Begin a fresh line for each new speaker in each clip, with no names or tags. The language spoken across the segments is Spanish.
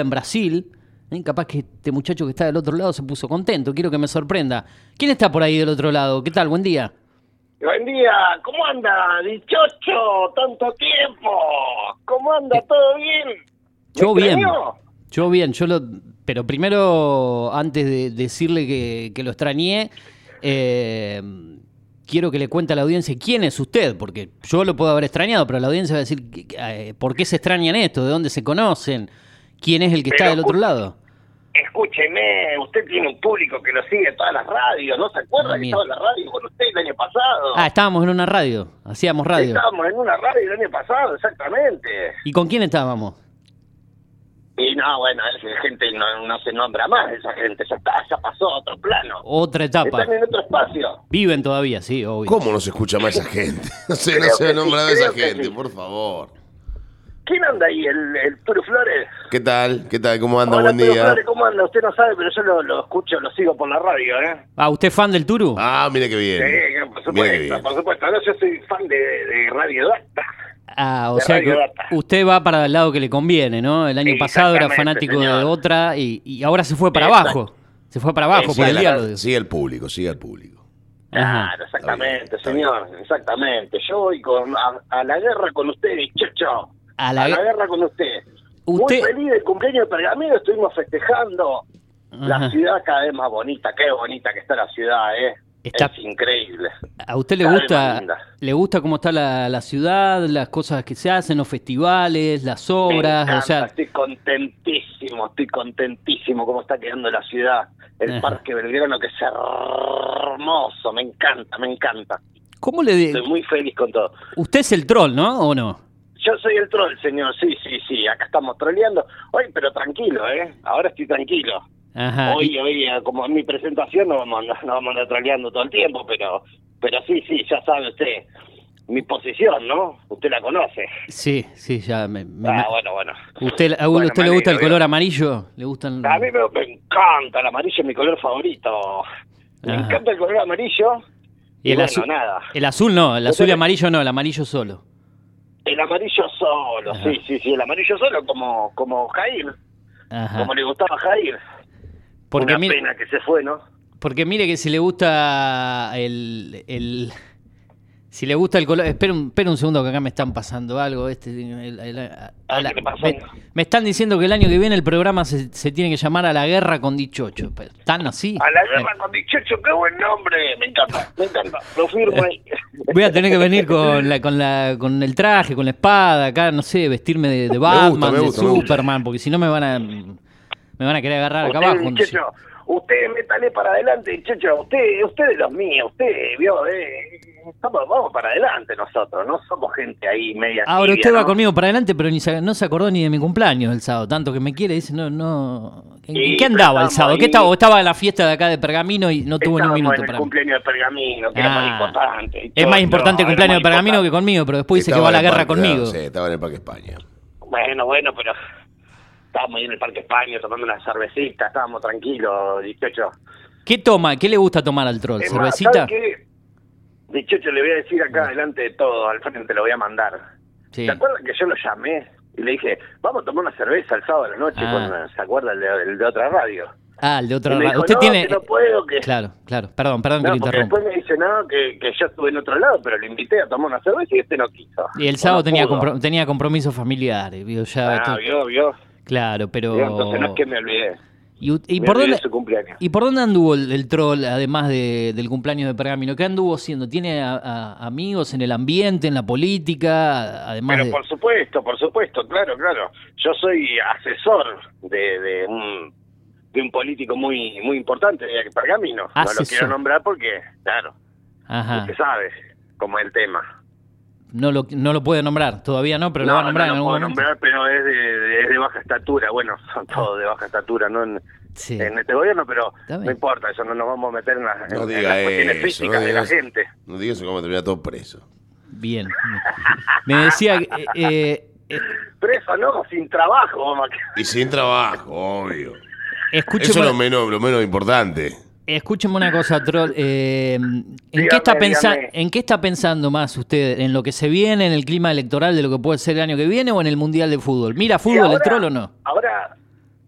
en Brasil. ¿eh? Capaz que este muchacho que está del otro lado se puso contento. Quiero que me sorprenda. ¿Quién está por ahí del otro lado? ¿Qué tal? Buen día.
Buen día, ¿cómo anda? Dichocho, tanto tiempo. ¿Cómo anda? ¿Todo bien? ¿Me
Yo bien.
extrañó?
Yo bien. Yo lo, pero primero, antes de decirle que, que lo extrañé, eh, quiero que le cuente a la audiencia quién es usted. Porque yo lo puedo haber extrañado, pero la audiencia va a decir que- que, eh, por qué se extrañan esto, de dónde se conocen, quién es el que está
Pero
del otro
justo-
lado.
Escúcheme, usted tiene un público que lo sigue en todas las radios. ¿No se acuerda
Ah,
que
mira.
estaba en la radio con usted el año pasado?
Ah, estábamos en una radio. Hacíamos radio.
Estábamos en una radio el año pasado, exactamente.
¿Y con quién estábamos?
Y no, bueno, esa gente no, no se nombra más, esa gente ya, está, ya pasó a otro plano.
Otra etapa.
Están en otro espacio.
Viven todavía, sí, obvio.
¿Cómo no se escucha más esa gente? No sé, no
Creo que
se ha
sí,
nombrado
creo
esa
que
gente,
sí.
por favor.
¿Quién anda ahí? ¿El, el Turo Flores?
¿Qué tal? ¿Qué tal? ¿Cómo anda?
Hola,
Buen
Turo
día.
Flores, ¿cómo anda? Usted no sabe, pero yo lo, lo escucho, lo sigo por la radio, ¿eh?
Ah, ¿usted es fan del Turu?
Ah, mira qué bien.
Sí, por
Mira qué
supuesto,
bien.
por supuesto. No, yo soy fan de, de Radio Data.
Ah, o
de
sea que
Radio Data.
usted va para el lado que le conviene, ¿no? El año pasado era
Exactamente,
fanático de
señor.
otra y, y ahora se fue para
Exacto.
abajo. Se fue para abajo, por
Sigue,
el
la-
diálogo.
sigue al público, sigue al público.
Ajá.
Claro, exactamente,
Está bien, está
señor, exactamente. Yo voy con, a, a la guerra con usted, chocho.
A la
a la
gue-
guerra con usted.
Usted-
Muy feliz del cumpleaños de Pergamino, estuvimos festejando.
Ajá.
La ciudad cada vez más bonita, qué bonita que está la ciudad, ¿eh?
Está-
Es increíble.
¿A usted le
Cada vez
gusta,
más linda.
le gusta cómo está la, la ciudad, las cosas que se hacen, los festivales, las obras?
Me
o sea,
encanta, estoy contentísimo, estoy contentísimo cómo está quedando la ciudad. El
Ajá.
Parque Belgrano que es hermoso, me encanta, me encanta.
¿cómo le.? de-
Estoy muy feliz con todo.
Usted es el troll, ¿no? ¿O no?
Yo soy el troll, señor, sí, sí, sí, acá estamos troleando. Hoy, pero tranquilo, ¿eh? Ahora estoy tranquilo.
Ajá.
hoy, hoy, eh, como en mi presentación, no vamos, a andar- no vamos a andar troleando todo el tiempo, pero, pero sí, sí, ya sabe usted mi posición, ¿no? Usted la conoce.
Sí, sí, ya me. me-
Ah,
me-
bueno, bueno.
¿Usted, ¿A
Bueno,
usted
me
le gusta el
alegro,
color
bien.
amarillo? ¿Le gustan.?
A mí me, me encanta, el amarillo es mi color favorito. Me
Ajá.
encanta el color amarillo.
Ah. Y el
bueno,
azul.
nada.
El azul no, el
Usted
azul y
le-
amarillo no, el amarillo solo.
El amarillo solo,
Ajá.
sí, sí, sí, el amarillo solo, como, como Jair,
Ajá.
como le gustaba a Jair.
Porque,
Una
mire,
pena que se fue, ¿no?
porque mire que si le gusta el. el- si le gusta el color. Espera un, espera un segundo que acá me están pasando algo. Este, el- el- a- a la-
Ah, ¿qué le pasó?
me, me están diciendo que el año que viene el programa se, se tiene que llamar A la guerra con Dichocho. Pero, ¿Tan así?
A la guerra con 18, qué buen nombre, me encanta, me encanta, lo firmo ahí.
Eh, Voy a tener que venir con la, con la con el traje, con la espada, acá, no sé, vestirme de, de Batman,
gusta, me
de
gusta, me gusta.
Superman, porque si no me van a me van a querer agarrar acá
Usted,
abajo. cuando se-
Checho, usted métale para adelante, Checho, usted, usted de los míos, usted, vio, eh, estamos- vamos para adelante nosotros, no somos gente ahí media
Ahora
tibia,
usted va
¿no?
conmigo para adelante, pero ni se- no se acordó ni de mi cumpleaños el sábado, tanto que me quiere, dice, no, no. ¿En,
Sí,
en qué andaba el
estábamos
sábado? ¿Qué
ahí.
estaba? Estaba en la fiesta de acá de Pergamino y no tuvo ni un
Estábamos
minuto
en el
para mí.
cumpleaños de Pergamino, que era más
Ah,
importante. y
es
todo,
más importante el
no, era
cumpleaños de
más
Pergamino que
importante.
conmigo, pero después Pues dice que
Estaba
va a
en
la
el
guerra
parque,
conmigo.
claro, sí, estaba en el Parque España.
Bueno, bueno, pero estábamos ahí en el Parque España tomando una cervecita, estábamos tranquilos, 18.
¿Qué toma? ¿Qué le gusta tomar al troll?
Es más,
¿Cervecita?
¿sabe Eh, qué? Dichocho, le voy a decir acá delante de todo, al frente lo voy a mandar.
Sí.
¿Se acuerdan que yo lo llamé y le dije, vamos a tomar una cerveza el sábado a la noche?
Ah.
Con, ¿Se acuerda el de, el de otra radio?
Ah, el de
Y
otra
me
ra-
dijo,
Usted
no,
tiene.
que no puedo, que-
Claro, claro. Perdón, perdón que
No,
lo
porque
interrumpo.
después me dice, no, que, que yo estuve en otro lado, pero lo invité a tomar una cerveza y este no quiso.
Y el
No,
sábado
no
tenía,
pudo.
compro- tenía compromisos familiares, vio, ya,
Ah,
todo-
vio, vio.
Claro, pero.
Vio, Entonces no es que me olvidé.
¿Y, u- y
me
por
olvidé
dónde,
de su cumpleaños.
¿Y por dónde anduvo el, el troll, además de- del cumpleaños de Pergamino? ¿Qué anduvo haciendo? ¿Tiene a- a- amigos en el ambiente, en la política? Además
Pero
de...
por supuesto, por supuesto, claro, claro. Yo soy asesor de, de un de un político muy muy importante de Pergamino. No lo
Asesor. Ah.
quiero nombrar porque, claro,
Ajá.
usted sabe cómo es el tema.
No lo, no lo puede nombrar, todavía no, pero lo va a nombrar
no
en
lo
algún
puedo
momento.
nombrar, pero es de, de- es de baja estatura. Bueno, son todos de baja estatura, no en,
Sí.
en este gobierno, pero
Está bien.
no importa, eso no nos vamos a meter en, las- en-
No
en
diga
las cuestiones
eso.
físicas
No
de
diga
la
eso.
gente.
No diga eso, como termina todo preso.
Bien. Me decía que. eh, eh,
Preso, no, sin trabajo, vamos a quedar.
Y sin trabajo, obvio. Eso es
escúcheme,
lo menos, lo menos importante.
Escúcheme una cosa, Troll. eh, ¿en,
Dígame,
qué está pensa-
dígame.
¿En qué está pensando más usted? ¿En lo que se viene, en el clima electoral de lo que puede ser el año que viene o en el Mundial de Fútbol? ¿Mira
Y
fútbol
ahora-
el Troll o no?
Ahora,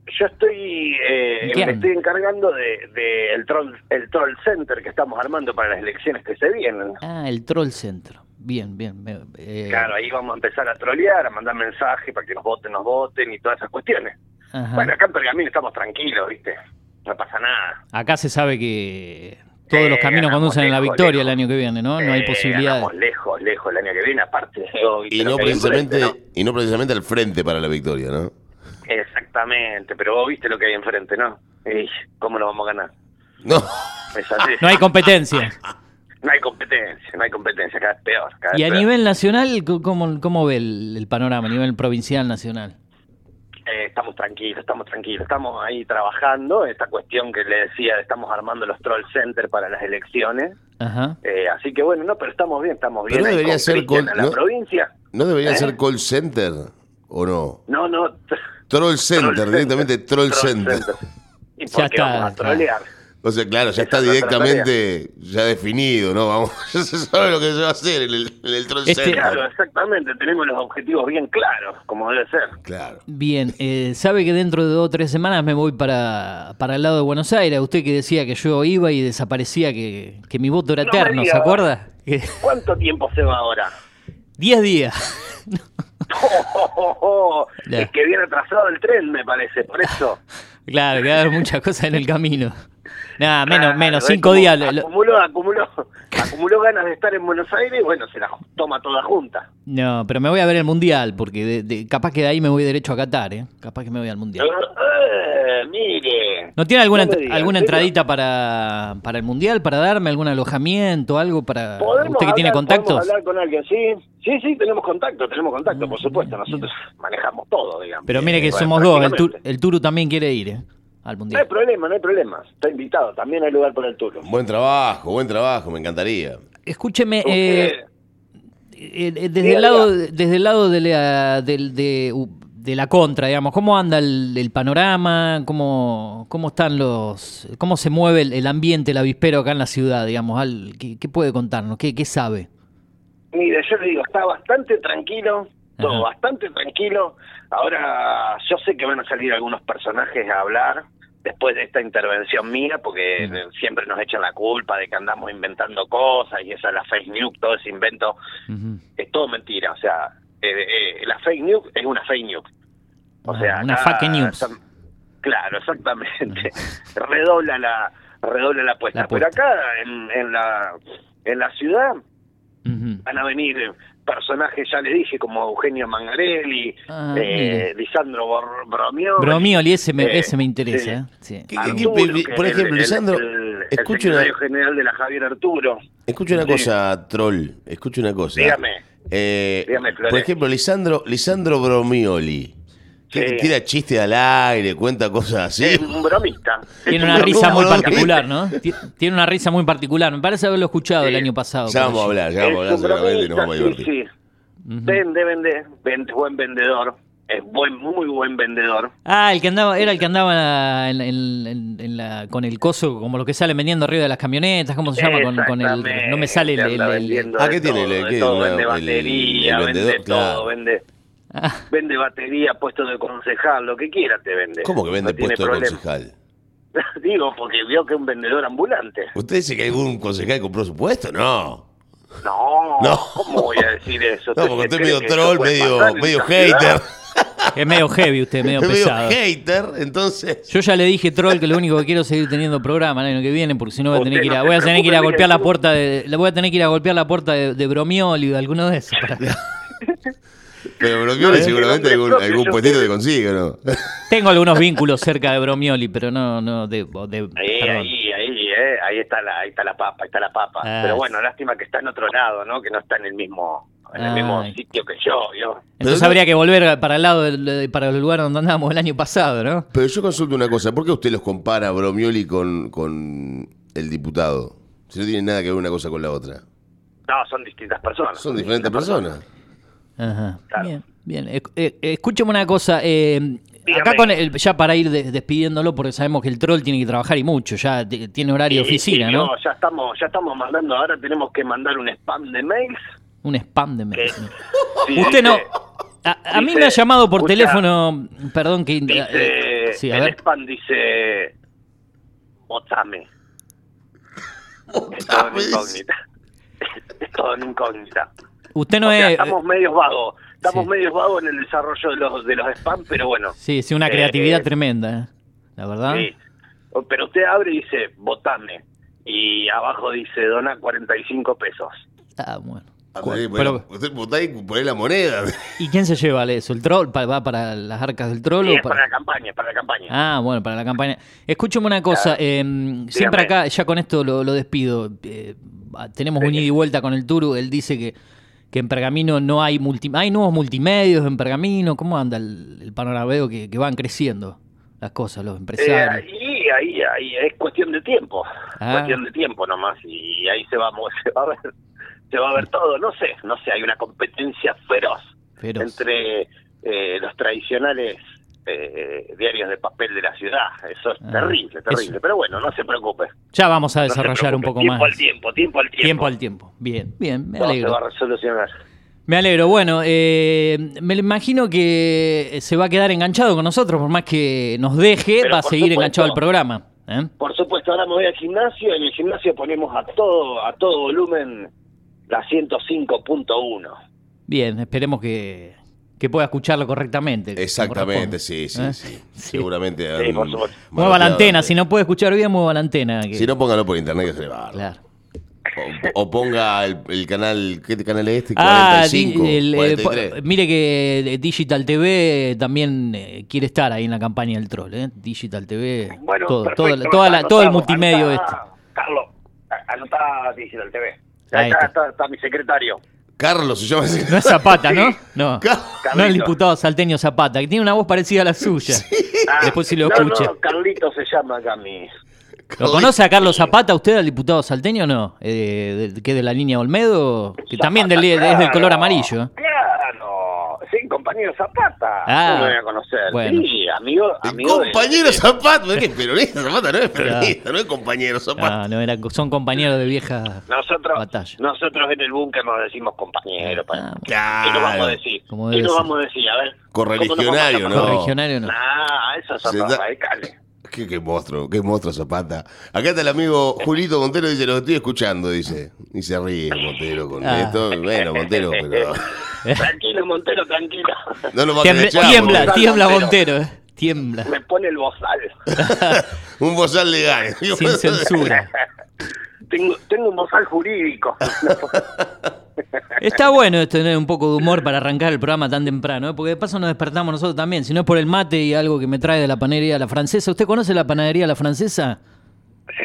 yo estoy, eh,
Bien.
me estoy encargando de, de el troll, el troll center que estamos armando para las elecciones que se vienen.
Ah, el troll centro. Bien, bien. me- eh,
Claro, ahí vamos a empezar a trolear, a mandar mensajes para que nos voten, nos voten y todas esas cuestiones.
ajá.
Bueno, acá en Pergamino estamos tranquilos, ¿viste? No pasa nada.
Acá se sabe que todos los
Eh,
caminos
ganamos
conducen a la
lejos,
victoria el
lejos.
año que viene, ¿no? No hay
Eh,
posibilidad.
ganamos lejos, lejos el año que viene, aparte. oh, ¿viste
Y
lo
no
que hay enfrente,
precisamente,
no?
y no precisamente al frente para la victoria, ¿no?
Exactamente, pero vos viste lo que hay enfrente, ¿no? Y, ¿Cómo lo vamos a ganar?
No.
Es así.
Ah, No hay competencia.
No hay competencia, no hay competencia, cada vez peor. cada vez
Y a
peor.
nivel nacional, co- ¿cómo, cómo ve el, el panorama? A nivel provincial, nacional.
Eh, estamos tranquilos, estamos tranquilos, estamos ahí trabajando. Esta cuestión que le decía, estamos armando los troll center para las elecciones.
Ajá.
Eh, así que bueno, no, pero estamos bien, estamos bien.
Pero
ahí
debería
con
ser
Cristian
con-
en la
no-
provincia.
¿No debería
¿Eh?
ser call center o no?
No, no. t-
Troll center,
Center.
directamente troll, center.
¿Y
Ya
por qué
está,
vamos a
está.
trolear?
O sea, claro, ya
Esa
está
es nuestra
directamente ya definido, ¿no? Vamos, ya se sabe lo que se va a hacer en el, en el troll
Este-
center.
Claro, exactamente, tenemos los objetivos bien claros, como debe ser.
Claro.
Bien, eh, sabe que dentro de dos o tres semanas me voy para, para el lado de Buenos Aires. Usted que decía que yo iba y desaparecía, que, que mi voto era
No me
eterno, ¿se
diga.
acuerda? Que-
¿Cuánto tiempo se va ahora?
Diez días. Ya.
Es que viene atrasado el tren, me parece, por eso.
Claro, que va a haber muchas cosas en el camino. Nada, menos,
Claro,
menos,
es
cinco
Ah, como
días. lo- lo-
Acumuló, acumuló, acumuló ganas de estar en Buenos Aires y bueno, se la toma toda junta.
No, pero me voy a ver el mundial, porque de- de- capaz que de ahí me voy derecho a Qatar, ¿eh? Capaz que me voy al mundial.
Eh, mire.
¿No tiene alguna,
No me
entr-
diga,
alguna
¿en serio?
entradita para, para el mundial, para darme algún alojamiento, algo para
¿Podemos
Ah, usted que tiene
hablar-
contactos?
podemos hablar con alguien, sí. Sí, sí, tenemos contacto, tenemos contacto, por supuesto. Nosotros manejamos todo, digamos.
Mm, Pero mire que
Bueno,
somos dos, el, Tur-
prácticamente.
el Turu también quiere ir ¿eh? al
No hay
mundial.
problema, no hay problema. Está invitado, también hay lugar por el turno.
Buen trabajo, buen trabajo, me encantaría.
Escúcheme, eh,
Usted-
eh, eh, desde
Diga,
el lado, desde el lado de la, del- de, u- de la contra, digamos, ¿cómo anda el, el panorama? ¿Cómo, ¿Cómo están los, cómo se mueve el, el ambiente, el avispero acá en la ciudad, digamos? Al- ¿qué, qué puede contarnos? ¿Qué, qué sabe?
Mire, yo le digo, está bastante tranquilo, todo
Ajá.
bastante tranquilo. Ahora, yo sé que van a salir algunos personajes a hablar después de esta intervención mía, porque
Mm.
eh, siempre nos echan la culpa de que andamos inventando cosas y esa es la fake news, todo ese invento,
Ujú.
es todo mentira. O sea, eh, eh, la fake news es una fake news. O
Ah,
sea,
una
acá
fake news.
están- Claro, exactamente. redobla la redobla la apuesta.
La apuesta.
Pero acá en, en la en la ciudad
Ujú.
van a venir eh, personajes, ya les dije, como Eugenio Mangarelli,
Ah,
eh,
mire.
Lisandro Bor- Bromión.
Bromioli, ese me,
Eh,
ese me
sí.
interesa. ¿eh? Sí.
¿Qué- qué- qué-
Arturo, que
por
el-
ejemplo,
el-
Lisandro,
el- el
escuche una-
secretario general de la Javier Arturo.
Escucha una
Sí.
cosa, troll. Escucha una cosa.
Dígame.
Eh,
Dígame, Flores.
por ejemplo, Lisandro, Lisandro Bromioli. Que
Sí.
tira chistes al aire, cuenta cosas así.
Es un bromista.
Tiene una
Una
risa muy
broma, ¿no?
particular, ¿no? Ti- Tiene una risa muy particular. Me parece haberlo escuchado el
Sí.
año pasado.
ya vamos a
por allí.
hablar, ya
Es
vamos a hablar
un
seguramente y nos vamos a
bromista, sí,
divertir.
sí.
Ujú.
Vende, vende, vende, buen vendedor. Es buen, muy buen vendedor.
Ah, el que andaba, era el que andaba en, en- en- en la- con el coso, como los que salen vendiendo arriba de las camionetas, ¿cómo se llama? Con, con el, no me sale el... el-
Anda
el-
vendiendo
Ah,
de
¿qué tiene?
todo, de
¿Qué?
todo.
Una-
vende
el-
batería,
el
vende todo,
vendedor, claro.
vende,
Ah,
vende batería, puesto de concejal, lo que quiera te vende.
¿Cómo que vende
No tiene
puesto de
problema.
concejal?
Digo, porque vio que es un vendedor ambulante.
¿Usted dice que algún concejal compró su puesto? No.
No,
No.
¿cómo voy a decir eso?
No, porque
¿Usted
usted es
cree
medio
que eso
troll,
puede
medio,
pasar en
medio
esta
hater.
ciudad?
es medio heavy usted, medio
Es medio
pesado.
hater, entonces.
Yo ya le dije, troll, que lo único que quiero es seguir teniendo programa el año que viene, porque si no voy a tener
Usted
que ir a,
no se
voy a tener que ir a
preocupe,
golpear la
mire,
puerta de, le voy a tener que ir a golpear la puerta de, de Bromioli o de alguno de esos. para-
Pero Bromioli
es que
seguramente
el
algún,
hombre propio,
algún
yo
puestito te consigue, ¿no?
Tengo algunos vínculos cerca de Bromioli, pero no, no, de, de-
Ahí,
perdón.
ahí, ahí, eh, ahí está la, ahí está la papa, ahí está la papa.
Ah,
Pero
sí.
bueno, lástima que está en otro lado, ¿no? Que no está en el mismo, en el
Ah.
mismo sitio que yo, yo.
Entonces
Pero-
habría que volver para el lado, del- para el lugar donde andamos el año pasado, ¿no?
Pero yo consulto una cosa, ¿por qué usted los compara Bromioli con, con el diputado? Si no tiene nada que ver una cosa con la otra.
No, son distintas personas.
Son diferentes personas.
Ajá.
Claro.
Bien, bien. Es- eh, eh, escúchame una cosa. eh,
Dígame.
acá con el, ya para ir de- despidiéndolo, porque sabemos que el troll tiene que trabajar y mucho, ya t- tiene horario de
Y-
oficina,
y
¿no?
Ya estamos, ya estamos mandando, ahora tenemos que mandar un spam de mails.
Un spam de
que-
mails.
si
Usted no.
dice-
A, a mí
dice,
me ha llamado por
escucha,
teléfono, perdón que
dice, este
eh,
dice,
Sí, a
el
ver.
spam dice, votame. Es todo en
Votame,
incógnita. Es todo en incógnita.
Usted no
O sea,
es...
estamos medios vagos. Estamos
sí.
medios vagos en el desarrollo de los, de los spam, pero bueno.
Sí, sí, una
Eh,
creatividad
eh,
tremenda, eh, la verdad.
Sí. Pero usted abre y dice, votame. Y abajo dice, dona 45 pesos.
Ah, bueno.
Ah,
Cu-
pero,
pero-
usted votá y poné la moneda.
¿Y quién se lleva eso? ¿El troll? Pa- ¿Va para las arcas del troll?
Y
o
es
para-
para la campaña, para la campaña.
Ah, bueno, para la campaña. Escúchame una cosa, eh, siempre acá, ya con esto lo, lo despido. eh, ah, tenemos un ida y vuelta con el Turu, él dice que, que en Pergamino no hay multi, hay nuevos multimedios en Pergamino. ¿Cómo anda el, el panorama? Veo que, que van creciendo las cosas, los
Eh,
empresarios.
y ahí, ahí es cuestión de tiempo,
Ah.
cuestión de tiempo nomás y ahí se va, mo- se va a ver, se va a ver todo, no sé, no sé, hay una competencia feroz,
Feroz.
entre eh, los tradicionales eh, diarios de papel de la ciudad, eso es
Ah.
terrible, terrible,
Eso.
pero bueno, no se preocupe. no
ya vamos a
se
desarrollar un
preocupe.
poco
tiempo
más.
Al tiempo, tiempo al tiempo,
Tiempo al tiempo. Bien, bien, me
Todo se
alegro.
va a resolucionar.
Me alegro. Bueno, eh, me imagino que se va a quedar enganchado con nosotros, por más que nos deje,
Pero
va a
por
seguir
supuesto.
enganchado al programa. ¿eh?
Por supuesto, ahora me voy al gimnasio, en el gimnasio ponemos a todo, a todo volumen la 105.1.
Bien, esperemos que, que pueda escucharlo correctamente. como
Exactamente,
corresponde.
sí, sí,
¿Eh?
sí. Seguramente.
Sí,
han
por supuesto.
Mueva la
manoteado
antena,
antes.
si no puede escuchar bien, mueva la antena. que-
Si no, póngalo por internet que se le va. a dar.
Claro.
O, o ponga el, el canal, ¿qué canal es este?
Ah, di-
45,
el, eh,
43.
po- mire que eh, Digital TV también eh, quiere estar ahí en la campaña del troll. ¿eh? Digital TV,
Bueno,
todo,
perfecto,
toda la- toda la- todo el
anotamos,
multimedio
anotá,
este.
Carlos, a- anotá Digital TV.
Ahí
Ahí
está.
está, está, está mi secretario.
Carlos se llama ese.
No es Zapata, ¿no? No.
Carlitos.
No el diputado salteño Zapata, que tiene una voz parecida a la suya.
Ah,
Después si lo
no,
escucha.
No, Carlito se llama acá mi...
¿Lo conoce a Carlos Zapata usted, al diputado salteño o no? Eh, de- que es de la línea Olmedo, que también del- es del color
Claro,
amarillo. ¿eh?
Claro, sí, compañero Zapata.
Ah,
no me voy a conocer.
bueno.
Sí, amigo,
El
amigo de-
compañero Zapata, ¿qué es peronista? Zapata no es peronista, no es compañero Zapata.
Ah, no, era, son compañeros de vieja
Nosotros,
batalla. Ah,
nosotros en el búnker nos decimos compañero. para-
Claro.
¿Qué nos vamos a decir?
Como
¿Qué
debe
nos
ser.
vamos a decir? A ver.
Correligionario,
¿cómo nos vamos a
Correligionario no.
llamar? Ah, esos son
Se
los
da-
radicales.
¿Qué, qué monstruo, qué monstruo Zapata. Acá está el amigo Julito Montero, dice, lo estoy escuchando, dice. Y se ríe Montero con
Ah.
esto. Bueno, Montero, pero
Tranquilo, Montero, tranquilo.
no lo va a
Tiembla,
creer.
tiembla,
Montero.
tiembla Montero. eh, Tiembla.
Me pone el bozal.
Un bozal legal.
Sin censura.
Tengo, tengo un bozal jurídico.
Está bueno esto, tener un poco de humor para arrancar el programa tan temprano, ¿eh? porque de paso nos despertamos nosotros también. Si no es por el mate y algo que me trae de la panadería a la francesa. ¿Usted conoce la panadería a la francesa?
Sí,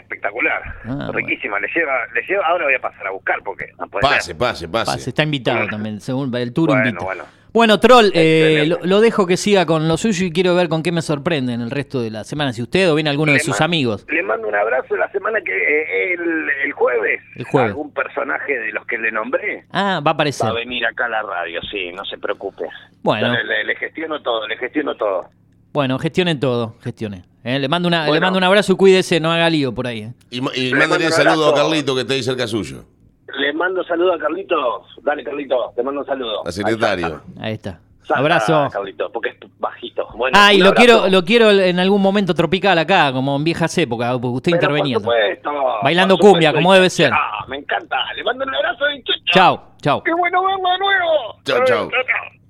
espectacular.
Ah,
Riquísima. Le lleva, le lleva. Ahora voy a pasar a buscar porque no puede
Pase,
ser.
pase,
Pase,
pase.
está invitado también, según el tour
Bueno,
invita. Bueno,
bueno.
Troll, eh,
Excelente.
lo, lo dejo que siga con lo suyo y quiero ver con qué me sorprenden el resto de la semana. Si usted o viene alguno de
Le
sus
ma-
amigos.
Le mando un abrazo la semana que eh, el, el jueves.
El jueves.
Algún personaje de los que le nombré
Ah, va a
va
aparecer.
a venir acá a la radio, sí, no se preocupe.
Bueno.
Le, le- le gestiono todo, le gestiono todo.
Bueno, gestione todo, gestione. Eh, le, mando una, le
Bueno.
mando un abrazo y cuídese, no haga lío por ahí. eh.
Y, ma- y
Le mando
mándale
un
saludo a
abrazo.
Carlito que está ahí cerca suyo.
Le mando saludo a Carlito. Dale, Carlito, te mando un saludo.
A secretario.
Ahí está.
Salta,
Abrazo.
Carlito, porque es bajito. Bueno,
Ah, y
un
lo
abrazo.
quiero, lo quiero en algún momento tropical acá, como en viejas épocas, porque usted
Pero
intervenía.
Por supuesto,
Bailando
por
cumbia, como
y-
debe ser.
Ah, me encanta. Le mando un abrazo y chau, chau.
Chao, chao.
Qué bueno verlo de nuevo.
Chau, chau.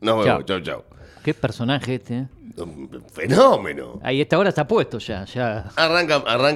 Nos vemos,
Chau.
chau, chau.
Qué personaje este. eh.
Un Fenómeno.
Ahí esta hora está puesto ya, ya.
Arranca, arranca.